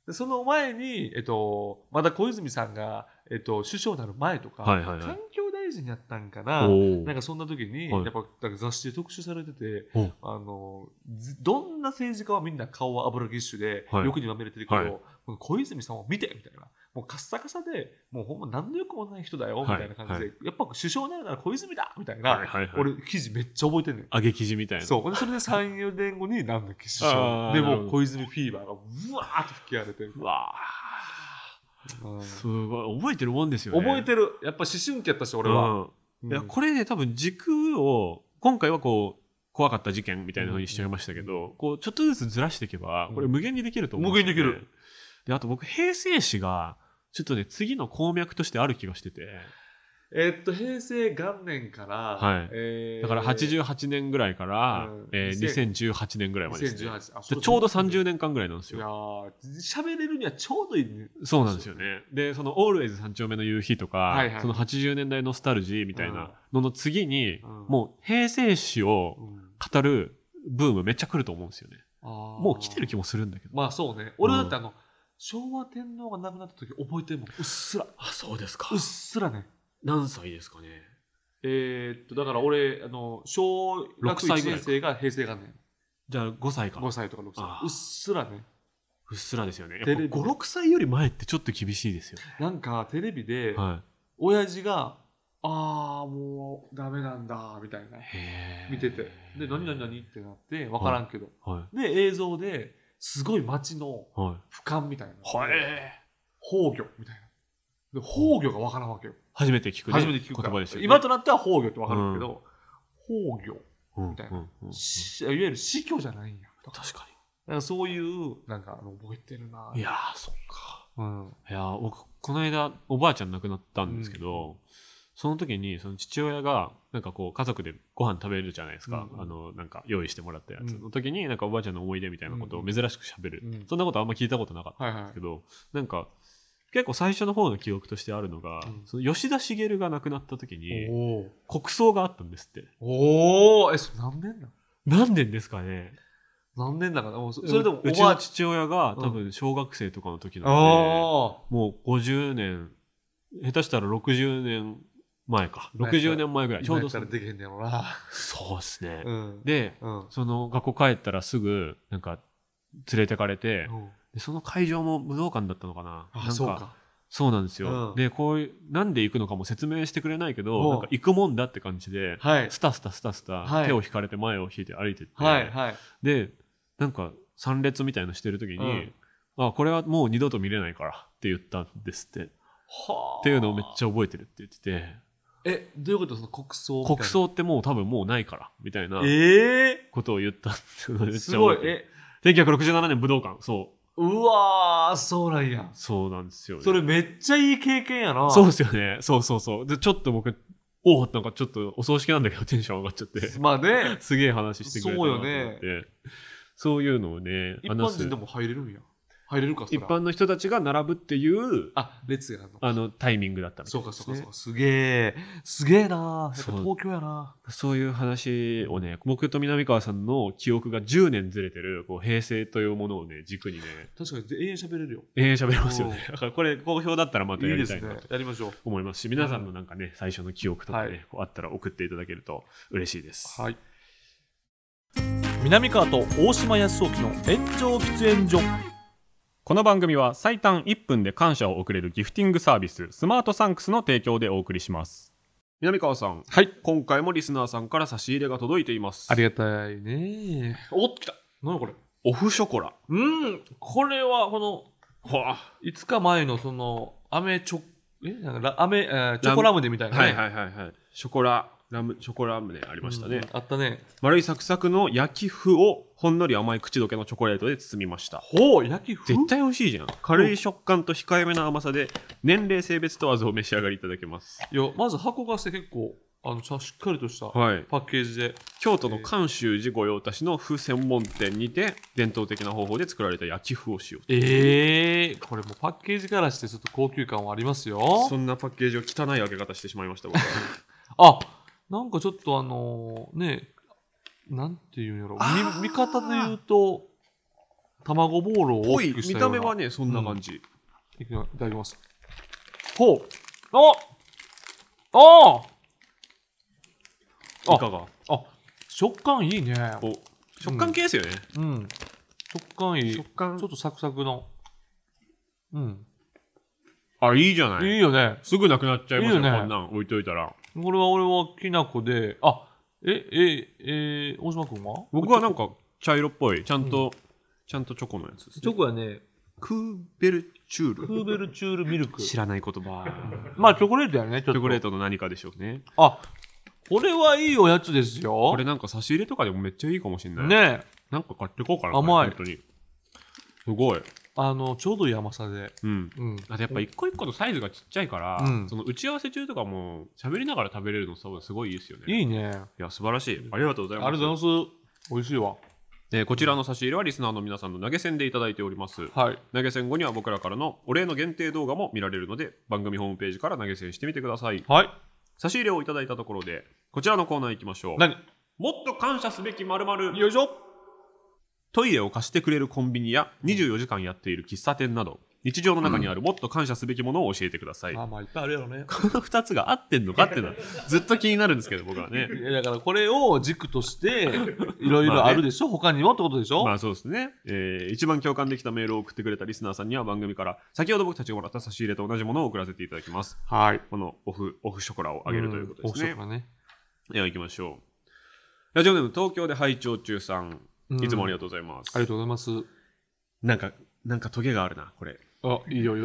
B: でその前に、えっと、まだ小泉さんが、えっと、首相になる前とか、
A: はいはいはい
B: 環境大臣やったんか
A: お
B: な、
A: ー
B: なんかそんな時に、
A: はい
B: やっぱなんか雑誌で特集されてて
A: お、
B: あのずどんな政治家はみんな顔は油ぎっしゅで、
A: はい
B: よくにまみれてるけど、
A: はい
B: この小泉さんを見てみたいな。もうカッサカサで、もうほんま何のよくもない人だよ、み
A: はい
B: たいな感じで、
A: は
B: やっぱ首相になるなら小泉だみたいな、
A: はいはいはい
B: 俺記事めっちゃ覚えてるのよ。
A: 揚げ記事みたいな。
B: そう。ほんでそれで3、4年後になんだっけ、師
A: あ
B: 匠。
A: ー
B: で、
A: なるほ
B: もう
A: ど
B: 小泉フィーバーが、うわーっと吹き荒れてる。
A: うわ
B: うん
A: ーすごい。覚えてるもんですよね。
B: 覚えてる。やっぱ思春期やったし、俺は。
A: うん
B: うん
A: いや、これね、多分軸を、今回はこう、怖かった事件みたいなふうにしちゃいましたけど、こう、ちょっとずつずらしていけば、これ無限にできると思うんすよね
B: 無限にでき。
A: で、あと僕、平成史が、ちょっとね、次の鉱脈としてある気がしてて、
B: えーっと、平成元年から、
A: はい
B: え
A: だ
B: ー
A: から88年ぐらいから、
B: うん
A: えー2018年ぐらいまでですね。
B: 2018あ
A: でちょうど30
B: 年
A: 年間ぐらいなんです
B: いや
A: よ。
B: ー喋れるにはちょうどいいね
A: そうなんですよね。で、その、オールエイズ三丁目の夕日とか、
B: はいはい
A: その80年代ノスタルジーみたいなのの次に、
B: うん
A: もう平成史を
B: うん
A: 語るブームめっちゃ来ると思うんですよね。
B: あー
A: もう来てる気もするんだけど。
B: まあそうね俺だってあの昭和天皇が亡くなった時覚えてるもんうっすら
A: あ、そうですか
B: うっすらね
A: 何歳ですかね。
B: えーっとだから俺あの小学
A: 六歳
B: 1
A: ぐらいか
B: 年生が平成元年
A: じゃあ5歳か。
B: 5歳とか6歳
A: あー
B: うっすらね
A: うっすらですよね。やっ
B: テ
A: ぱ
B: レビ
A: 5、6歳より前ってちょっと厳しいですよ
B: なんかテレビで
A: ね。は。
B: 親父が「ああもうダメなんだ」みたいない
A: へー
B: 見てて「で何々何?」ってなって分からんけど
A: は
B: で映像ですごい街の
A: い。はい。
B: 俯瞰みたいな
A: はい。
B: 崩御みたいなで崩御が分からんわけよ
A: 初めて聞く、ね、
B: 初めて聞くか
A: 言葉
B: ら
A: ですよ、ね。
B: 今となっては崩御って分かるけど崩御
A: うん、
B: みたいな
A: うんうんうん
B: しいわゆる死去じゃないんやとか
A: 確か
B: なんかそういうなんかあの覚えてるな
A: に。いやー、そっか。
B: うん
A: いやー、僕、この間、おばあちゃん亡くなったんですけど、その時に、その父親が、なんかこう、家族でご飯食べるじゃないですか。
B: うんうん
A: あの、なんか、用意してもらったやつ
B: う
A: の時に、なんかおばあちゃんの思い出みたいなことを珍しく喋る。
B: うん
A: そんなことあんま聞いたことなかった。
B: はいは
A: けどなんか結構最初の方の記憶としてあるのが、
B: うん
A: その吉田茂が亡くなった時
B: い
A: に
B: おー
A: 国葬があったんですって
B: おおえそれ何年だ
A: 何年ですかね
B: 何年だからもうそそれでも
A: う
B: お
A: うち
B: ばあ
A: の
B: ち
A: 父親が
B: うん
A: 多分小学生とかの時
B: ゃ
A: なんんで、
B: あ
A: もう50年下手したら60年前か
B: 今やったら
A: 60年前ぐら
B: あ
A: い
B: ち
A: ち
B: ょ
A: ょ
B: う
A: う
B: ど
A: ど
B: た
A: そ
B: らできへんねやろな
A: そうですね、
B: うん
A: で
B: うん
A: その学校帰ったらすぐなんか連れてかれて、でその会場も武道館だったのかななん
B: あ
A: か
B: そうか
A: そうなんですよ、
B: うん
A: でこういうなんで行くのかも説明してくれないけ
B: うん
A: どなんか行くもんだって感じで、
B: はい
A: スタスタスタスタ、
B: はい
A: 手を引かれて前を引いて歩いてって、
B: はいはい
A: でなんか参列みたいのしてる時に、
B: うん
A: あこれはもう二度と見れないからって言ったんですってっ
B: はあ
A: ていうのをめっちゃ覚えてるって言ってて
B: えどういうことその国葬みたいな
A: 国葬ってもう多分もうないからみたいな
B: え
A: ことを言ったっていうのをめ
B: え
A: っち
B: す
A: ゃ
B: ご
A: 覚
B: い
A: えてる
B: え
A: 1967年武道館そう
B: うわーそうなんや
A: そうなんですよね
B: それめっちゃいい経験やな
A: そうですよねそうそうそうでちょっと僕おおなんかちょっとお葬式なんだけどテンション上がっちゃって
B: ま あね
A: すげえ話してくれたなと思って
B: そう
A: そういうのをね
B: 一般
A: 話す
B: 人でも入れるんや入れるか、そ
A: 一
B: ら。
A: 般の人たちが並ぶっていう
B: あ、列があるの。
A: あのタイミングだったみた
B: そ
A: いうで
B: か、そ
A: す
B: うか、
A: ね
B: そうか。すげえ。すげえな。やっ
A: そ
B: ぱ
A: う
B: 東京やな。
A: そういう話をね僕と南川さんの記憶が10年ずれてるこう平成というものをね軸にね
B: 確かに永遠喋れるよ。
A: 永遠喋れますよね
B: お
A: だからこれ好評だったらまた
B: い
A: や
B: いで
A: り
B: す
A: たいな
B: ね
A: と。
B: やりましょう。
A: 思いますし皆さんのなんかね最初の記憶とかね、
B: はい
A: こうあったら送っていただけると嬉しいです、
B: はい。
D: 南川と大島康雄の炎上喫煙所
A: この番組は最短1分で感謝を送れるギフティングサービススマートサンクスの提供でお送りします南川さん
B: はい。
A: 今回もリスナーさんから差し入れが届いています
B: ありがたいね。おっと、来た。何これ。
A: オフショコラ
B: うん。これは、この、
A: は
B: 5日前のその、飴チョ、えなんかラ、飴、えーチョコラムネみたいなね。
A: はいはいはいはいショコララムショコラムネありましたね、
B: うんあったね。
A: 丸いサクサクの焼き麩をほんのり甘い口どけのチョコレートで包みました
B: ほう、焼き風
A: 絶対美味しいじゃん軽い食感と控えめな甘さで年齢性別問わずお召し上がりいただけます
B: いや、まず箱がして結構、あの、しゃしっかりとしたパ
A: はい
B: ッケージで。
A: 京都の関州寺御用達の麩専門店にて伝統的な方法で作られた焼き麩を使用
B: ええー、これもうパッケージからしてちょっと高級感はありますよ
A: そ。んなパッケージを汚い開け方してしまいました僕は
B: あ、なんかちょっとあのーね、なんていうんやろ。
A: あー
B: 見見方で言うと、卵ボールを 大
A: お
B: き
A: い
B: くし
A: 見
B: たよ
A: た
B: うな。
A: 目はねそんな感じ、
B: いくよいただきます。ほう。あああ
A: いかが
B: あ食感いいね。
A: お食感系ですよね、
B: うん。食感いい。ち
A: 食感
B: ょっとサクサクの。うん。
A: あいいじゃない
B: いいよね。
A: すぐなくなっちゃいますよ
B: いいよね
A: こんなん置いといたら
B: これは俺はきな粉で、あ、え、え、えー、大島くんは
A: 僕はなんか茶色っぽいちゃんと、ちゃんとチョコのやつです、ね、
B: コはね、
A: クーベルチュー
B: クーベルチュールミルク。
A: 知らない言葉
B: まあ、チョコレートやね、ちょっと。
A: チョコレートの何かでしょうね
B: あ、これはいいおやつですよ。
A: これなんか差し入れとかでもめっちゃいいかもしれない
B: ねえ
A: なんか買ってこうかな
B: 甘い
A: これ本当にすごい
B: あの、ちょうどいい甘さで。
A: うん
B: うん。
A: あとやっぱ一個一個のサイズがちっちゃいから、
B: うん
A: その打ち合わせ中とかも喋りながら食べれるのすごいいいですよね
B: いいね。あ
A: いや素晴らしいありがとうござい
B: り
A: ます
B: がとうございます。美味しいわ。
A: えーこちらの差し入れはリスナーの皆さんの投げ銭でいただいております
B: はい。
A: 投げ銭後には僕らからのお礼の限定動画も見られるので番組ホームページから投げ銭してみてください
B: はい。
A: 差し入れをいただいたところでこちらのコーナー行きましょう
B: 何
A: もっと感謝すべきまるまる
B: よいしょ
A: トイレを貸してくれるコンビニや24時間やっている喫茶店など日常の中にあるもっと感謝すべきものを教えてください、
B: まあまあ、いっぱいあるやろね。
A: この2つが合ってんのかっていうのはずっと気になるんですけど僕はね
B: いやだからこれを軸として、いろいろあるでしょ、他にもってことでしょ、
A: まあそうですね、えー一番共感できたメールを送ってくれたリスナーさんには番組から先ほど僕たちがもらった差し入れと同じものを送らせていただきます
B: はい。
A: このオフオフショコラをあげるということです
B: うん
A: ね
B: 面白かったね。
A: では行きましょうラジオネーム東京で拝聴中さん
B: うん
A: いつもありがとうございます、
B: ありがとうございます。
A: なんかなんかトゲがあるなこれ
B: あ、いいよ、い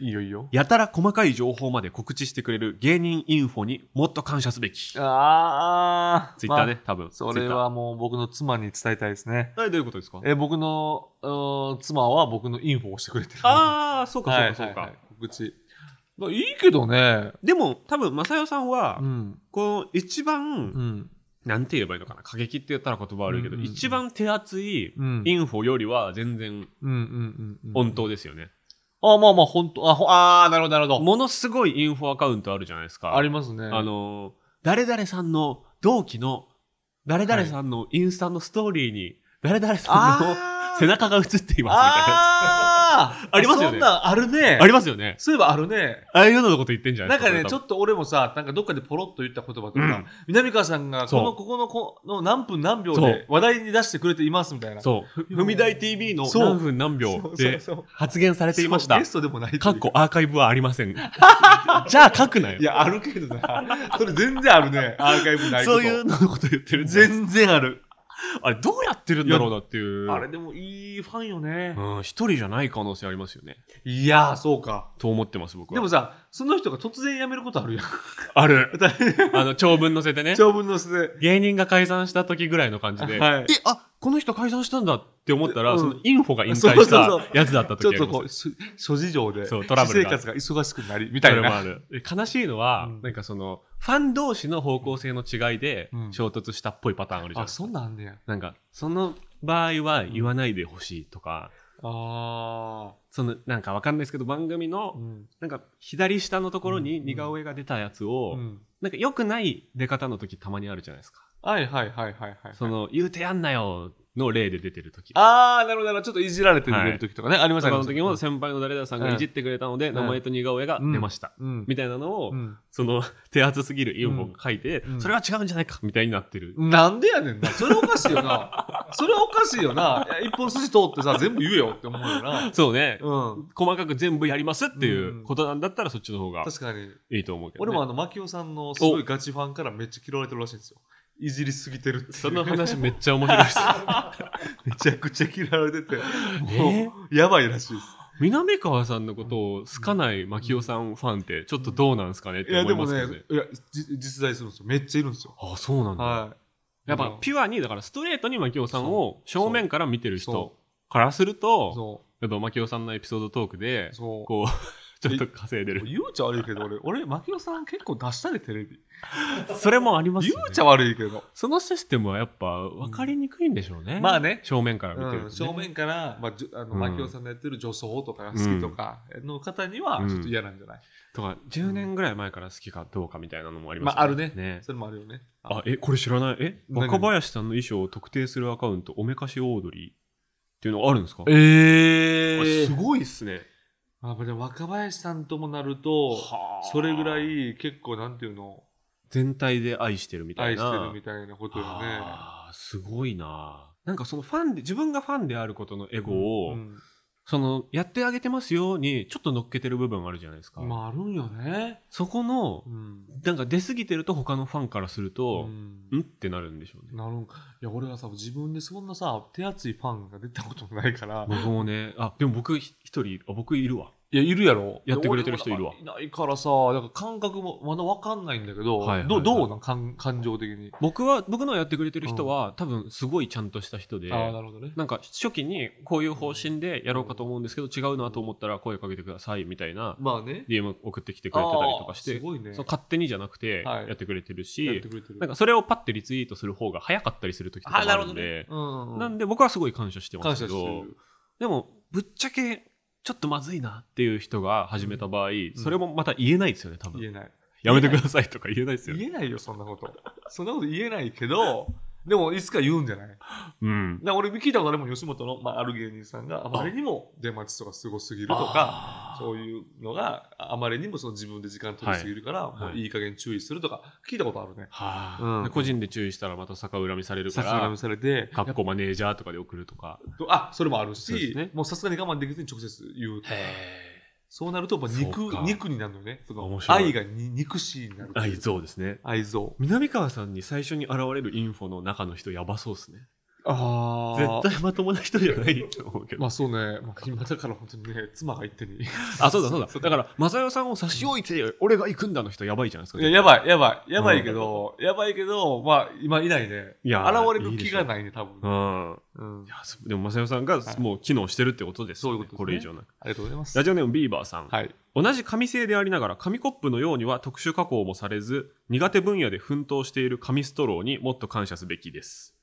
B: いよ、いいよ。
A: やたら細かい情報まで告知してくれる芸人インフォにもっと感謝すべき
B: ああ。
A: ツイッターね、
B: まあ
A: 多分
B: それはもう僕の妻に伝えたいですね。
A: Twitter えどういうことですか
B: え僕のうん妻は僕のインフォをしてくれてる。
A: ああそうか
B: は
A: そうか
B: い
A: そうか、
B: はいはい告知。まあ、いいけどね。
A: でも多分正代さんは、
B: うん。
A: この一番、
B: うん。
A: なんて言えばいいのかな過激って言ったら言葉悪いけど、
B: うんうんうん
A: 一番手厚い
B: うん。
A: インフォよりは全然
B: うんうんうんうん。
A: 本当ですよね、
B: あ、まあまあ、本当あ、ほあー、なるほど、なるほど。
A: ものすごいインフォアカウントあるじゃないですか
B: ありますね。
A: あのー誰々さんの同期の誰々さんのインスタのストーリーに誰々さんの
B: あ ー
A: 背中が映っていますみたいな
B: あー
A: ありますよね
B: そんなんあるね。
A: ありますよね
B: そういえばあるね。
A: ああいうようなこと言ってんじゃな
B: ないん
A: です
B: か
A: か
B: ね、ちょ
A: と
B: っと俺もさ、なんかどっかでポロっと言った言葉とか、
A: うん
B: 南川さんがこ
A: そう
B: の、ここの、この何分何秒
A: そう
B: で話題に出してくれていますみたいな。
A: そうふ踏み台 TV の
B: そう
A: 何分何
B: そ
A: 秒
B: うそう
A: で
B: そう
A: 発言されていました
B: ゲストでもないという
A: かっこアーカイブはありま せんじゃあ書くなよ
B: いや、あるけどな。それ全然あ るね。アーカイブないこと。
A: そういうののこと言ってるんだ
B: 全然ある。
A: あれどうやってるんだろうなっていう
B: あれでもいいファンよね
A: う。ん一人じゃない可能性ありますよね
B: いやー、そうか。
A: と思ってます僕は
B: でもさ、その人が突然辞めることあるやん。
A: あるあの長文載せてね
B: 長文のせで。
A: 芸人が解散した時ぐらいの感じで、
B: はい
A: えあこの人解散したんだって思ったら、
B: うん
A: そのインフォが引退
B: そう
A: し
B: そう
A: た
B: そう
A: やつだった
B: ちょ
A: 時あ
B: っ
A: り
B: と
A: ます
B: こう、し諸事情で、
A: そうトラブル
B: 私生
A: が
B: 活が忙しくなり、みたい
A: それも
B: な。
A: あるえ悲しいのは、
B: うん
A: なんかそのファン同士の方向性の違いで
B: うん
A: 衝突したっぽいパターンあるじゃん、
B: あ、そんなんあんねや。
A: なんかその場合は言わないでほしいとか、
B: あ
A: そのなんかわかんないですけど番組
B: あ。う
A: の
B: ん。
A: なんか左下のところに
B: うん
A: 似顔絵が出たやつを、
B: うん
A: なんか良くない出方の時たまにあるじゃないですか。
B: はいはいはいはいはい。
A: その言うてやんなよの例で出てる時。
B: ああ、なるほどなるほど。ちょっといじられてる時とかね。ありま
A: と
B: した
A: か
B: ね。
A: の時も先輩の誰々さんがいじってくれたので
B: ん
A: 名前と似顔絵が出ました。
B: うん。
A: みたいなのを、
B: うん
A: その 手厚すぎる UFO が書いて、
B: うん
A: それは違うんじゃないかみたいになってる。
B: なんでやねんな。それおかしいよな。それおかしいよな。いや一本筋通ってさ、全部言えよって思うよな。
A: そうね、
B: うん。
A: 細かく全部やりますっていうことなんだったらそっちの方が
B: 確かに。
A: いいと思うけど、ね。
B: 俺もあの、マキオさんのすごいガチファンからめっちゃ嫌われてるらしいんですよ。いじりすぎてるっていう。
A: その話めっちゃ面白いです。
B: めちゃくちゃ嫌われてて、
A: え
B: もう、やばいらしいです。
A: 南川さんのことを好かない牧雄さんファンってちょっとどうなんですかねっ
B: い
A: て
B: や、
A: 思
B: で
A: いま
B: も
A: すけ
B: ね
A: どね。、
B: いや、じ実在するんですよ。めっちゃいるんですよ。
A: ああ、そうなんだ。
B: は
A: やっ
B: う
A: ぱ
B: ん
A: ピュアに、だからストレートに牧雄さんを正面から見てる
B: い。
A: 人
B: そ
A: からする
B: う。
A: と、
B: そ
A: やっぱ牧雄さんのエピソードトークで
B: う。、そう。
A: こう、 ちょっと稼いでる。
B: ゆうちゃ悪いけ ど俺、俺、マキオさん結構出したで、テレビ。
A: それもあります
B: ゆ
A: よね
B: うちゃ悪いけど。
A: そのシステムはやっぱ分かりにくいんでしょうね。
B: まあね
A: 正面から見てると、ね
B: うん正面から、まあじゅあの
A: うん
B: マキオさんのやってる女装とかが好きとかの方には
A: うん
B: ちょっと嫌なんじゃない、
A: とか、10年ぐらい前から好きかどうかみたいなのもありま
B: ますあ、あるね
A: ね
B: それもあるよね。
A: あ、え、これ知らない。え、
B: 何
A: 若林さんの衣装を特定するアカウント、おめかしオードリーっていうのがあるんですか
B: え
A: あ
B: ー
A: すごいっすね。
B: まあ、でも若林さんともなると、それぐらい結構、なんていうの、
A: 全体で愛してるみたい
B: 愛
A: な。
B: してるみたいなことよね。
A: あーすごいな。なんかそのファンで、自分がファンであることのエゴを、
B: うん
A: その、やってあげてますように、ちょっと乗っけてる部分あるじゃないですか。
B: まあ、あるんよね。
A: そこの
B: う、ん。
A: なんか出過ぎてると他のファンからすると
B: う、ん
A: うんってなるんでしょうね。
B: なるんかいや俺はさ自分でそんなさ手厚いファンが出たこともないから
A: 僕もね、あ、でも僕一人、あ、僕いるわ。
B: いや、いるやろ。
A: やってくれてる人いるわ
B: いないからさ、だから感覚もまだわかんないんだけど、
A: はいはいはい
B: どうどうなん感感情的に。
A: 僕は僕のやってくれてる人は、多分すごいちゃんとした人で
B: ああ、なるほどね。
A: なんか初期にこういう方針でやろうかと思うんですけど違うなと思ったら声かけてくださいみたいな
B: まあね。
A: DM 送ってきてくれてたりとかし
B: あー
A: て、
B: すごいね。
A: そう勝手にじゃなくて
B: はい
A: やってくれてるし、
B: やってくれてる。
A: なんかそれをパッてリツイートする方が早かったりする時とかもあるんで
B: うんうんうん、
A: なんで僕はすごい感謝してま
B: 感
A: す
B: 謝
A: け
B: して
A: ど
B: る。
A: でもぶっちゃけちょっとまずいなっていう人が始めた場合、それもまた言えないですよね多分
B: 言えない。
A: やめてくださいとか言えないですよね。
B: 言えないよ、そんなこと。そんなこと言えないけど、でもいつか言うんじゃないだか
A: うん、
B: ら俺聞いたことあるもん、吉本の、まあ、ある芸人さんがあまりにも出待ちとかすごすぎるとか、
A: あー
B: そういうのがあまりにもその自分で時間取りすぎるから、
A: い
B: もういい加減注意するとか、聞いたことあるね。
A: はあ
B: うん
A: で個人で注意したらまた逆恨みされるか
B: 逆恨
A: ら
B: み、されて、
A: かっこマネージャーとかで送るとか。
B: あそれもある
A: そうで
B: し、
A: すね
B: もうさすがに我慢できずに直接言うとかそうなるとやっぱ
A: そう
B: 肉
A: か
B: 肉になるのよねその
A: 面白い
B: 愛がに肉しいになる
A: 愛憎ですね。
B: 愛憎
A: 南川さんに最初に現れるインフォの中の人やばそうですね。
B: あ
A: 絶対まともな人じゃないと思うけど。
B: まあそうね、まあ、今だから本当にね妻が言ってに
A: あ、そうだそうだ。だから、マサヨさんを差し置いて、俺が行くんだの人やばいじゃ ないですか。
B: いややばいやばいやばいけど、やばいけどまあ今いないね
A: いや
B: 現れる
A: いいで
B: 気
A: しょう
B: がないね多分
A: うん。
B: うん
A: いやそでも、マサヨさんが
B: はい
A: もう機能してるってことですよね、
B: そういうこと
A: これ
B: で
A: 以
B: すね
A: 上なく。
B: ありがとうございます
A: ラジオネームビーバーさん。
B: はい
A: 同じ紙製でありながら紙コップのようには特殊加工もされず苦手分野で奮闘している紙ストローにもっと感謝すべきです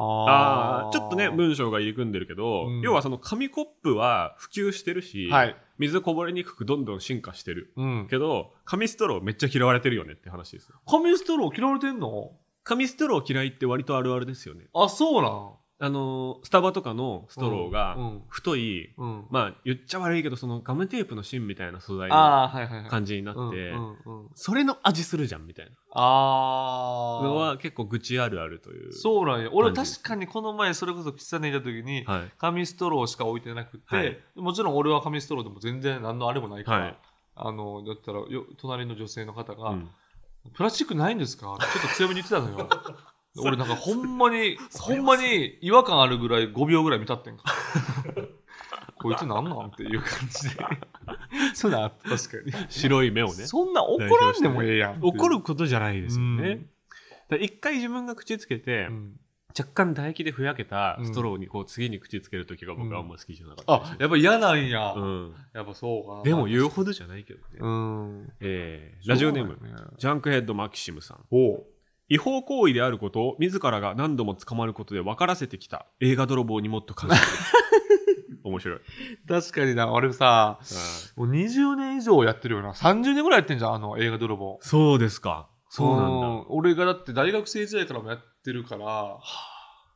A: ああーちょっとね文章が入り組んでるけど、
B: うん
A: 要はその紙コップは普及してるし、
B: はい
A: 水こぼれにくくどんどん進化してる
B: うん
A: けど紙ストローめっちゃ嫌われてるよねって話です
B: 紙ストロー嫌われてんの
A: 紙ストロー嫌いって割とあるあるですよね
B: あそうなん
A: あのースタバとかのストローが
B: うん
A: 太い、
B: うん、
A: まあ言っちゃ悪いけどそのガムテープの芯みたいな素材の
B: ああーはいはいはい
A: 感じになって、
B: うんうんうん、
A: それの味するじゃんみたいな
B: ああ
A: のは結構愚痴あるあるという。
B: そうなんや俺
A: 感じ
B: 確かにこの前それこそ喫茶店にいた時に
A: はい。
B: 紙ストローしか置いてなくて、
A: はい
B: もちろん俺は紙ストローでも全然何のあれもないから、
A: はい
B: あのだったらよ隣の女性の方が、
A: うん
B: プラスチックないんですか?」ちょっと強めに言ってた のよ俺なんかほんまにほんまに違和感あるぐらい5秒ぐらい見たってんかこいつなんなんっていう感じで そうだ確か
A: 白い目を
B: に、
A: ね。
B: そんな怒らんでもええやんっていう
A: 怒ることじゃないですよね。
B: うん
A: だから一回自分が口つけて、
B: うん
A: 若干唾液でふやけたストローにこう次に口つけるときが僕はあんま好きじゃなかった
B: あやっぱ嫌なんや、
A: り、うん
B: やっぱそうか
A: でも言うほどじゃないけどね。
B: うん
A: えーラジオネーム、
B: そうだよね
A: ジャンクヘッドマキシムさん。
B: おう
A: 違法行為であることを自らが何度も捕まることで分からせてきた映画泥棒にもっと感謝する 面白い。
B: 確かにな、俺さ、
A: そ
B: もう20年以上やってるよな。30年ぐらいやってんじゃん、あの映画泥棒。
A: うですか。そうなんだ。
B: だ。俺がだって大学生時代からもやってるから、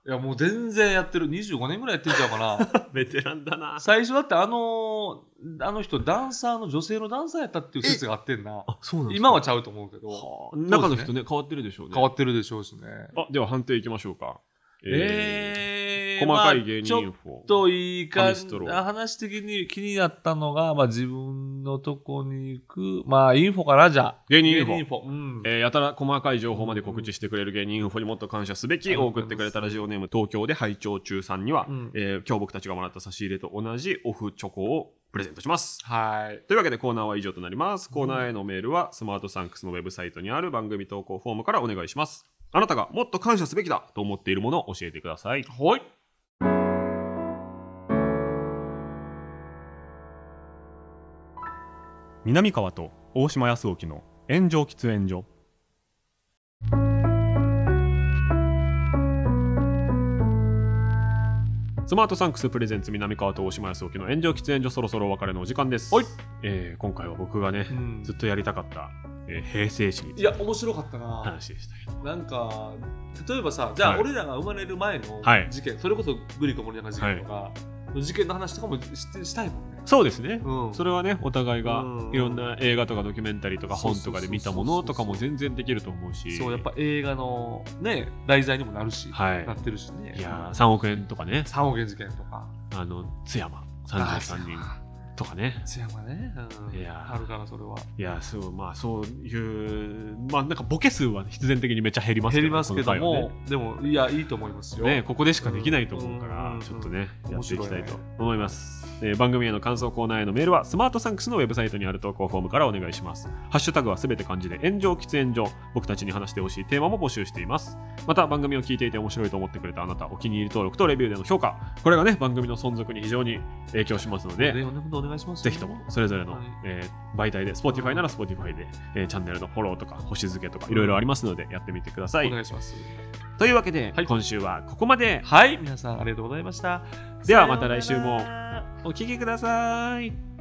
B: いやもう全然やってる。25年ぐらいやってんちゃうかな。
A: ベテランだ な。
B: 最初だってあのーあの人、ダンサーの女性のダンサーやったっていう説があってんな。
A: あ、そうなんですか
B: 今はちゃうと思うけど、
A: はあ中の人ね、変わってるでしょうね。
B: 変わってるでしょうしね。
A: あ、では判定いきましょうか。
B: えー
A: 細かい芸人イ
B: まあちょ
A: ン
B: っ
A: フォ。
B: といい感
A: 紙ス
B: じ
A: トロー
B: 話的に気になったのが、まあ、自分のとこに行く、まあ、インフォかな、じゃあ。
A: 芸人インフォ
B: 芸うん。
A: えーやたら細かい情報まで告知してくれる芸人インフォにもっと感謝すべき、
B: うん
A: 送ってくれたラジオネーム、東京で拝聴中さんには、
B: うん
A: えー今日僕たちがもらった差し入れと同じオフチョコをプレゼントします。
B: はい。
A: というわけでコーナーは以上となります。コーナーへのメールはスマートサンクスのウェブサイトにある番組投稿フォームからお願いします。あなたがもっと感謝すべきだと思っているものを教えてください。
B: はい。
A: 南川と大島康沖の炎上喫煙所。スマートサンクスプレゼンツ南川と大島康沖の炎上喫煙所そろそろお別れのお時間です。
B: はい
A: えー今回は僕がね、
B: うん
A: ずっとやりたかった、えー平成史につ
B: い
A: いて
B: や、面白かった
A: の
B: な。
A: 話でしたけど。
B: なんか、例えばさ、じゃ
A: は
B: あ、
A: い
B: 俺らが生まれる前の
A: はい
B: 事件、それこそグリコ森永事件とか、の事件の話とかもしてしたいもんね。
A: そうですね。
B: うん。
A: それはねお互いが
B: うん
A: いろんな映画とかドキュメンタリーとか
B: そう
A: 本
B: そ
A: と
B: うそ
A: か
B: うそう
A: で見たものとかも全然できると思うし
B: そう、やっぱ映画のね、題材にもなるし、
A: はい
B: なってるしね。
A: いやー3億円とかね
B: 三億円事件とか。
A: あの津山33人
B: あ
A: とかね
B: 津山ね、うん、
A: いやー
B: あるからそれはい
A: やそうまあそういうまあなんかボケ数は必然的にめっちゃ減ります
B: 減
A: けど
B: りますけ
A: こ
B: ど
A: の回は
B: も、でもいやいいと思いますよ、
A: ねねここでしかできないと思うから
B: うん
A: ちょっとね
B: うん
A: やっていきたい
B: 面白
A: と
B: いね
A: 思いますえー番組への感想コーナーへのメールはスマートサンクスのウェブサイトにある投稿フォームからお願いしますハッシュタグはすべて漢字で炎上喫煙所僕たちに話してほしいテーマも募集していますまた番組を聞いていて面白いと思ってくれたあなたお気に入り登録とレビューでの評価これがね番組の存続に非常に影響しますので
B: ね本当お願いします
A: ぜひともそれぞれの、
B: はい
A: えー媒体で Spotify なら Spotify で、えーチャンネルのフォローとか星付けとかいろいろありますのでやってみてくださ
B: お
A: い
B: 願いします
A: というわけで、
B: はい
A: 今週はここまで
B: はい皆さんありがとうございました
A: ではまた来週も
B: さようなら
A: お聴きください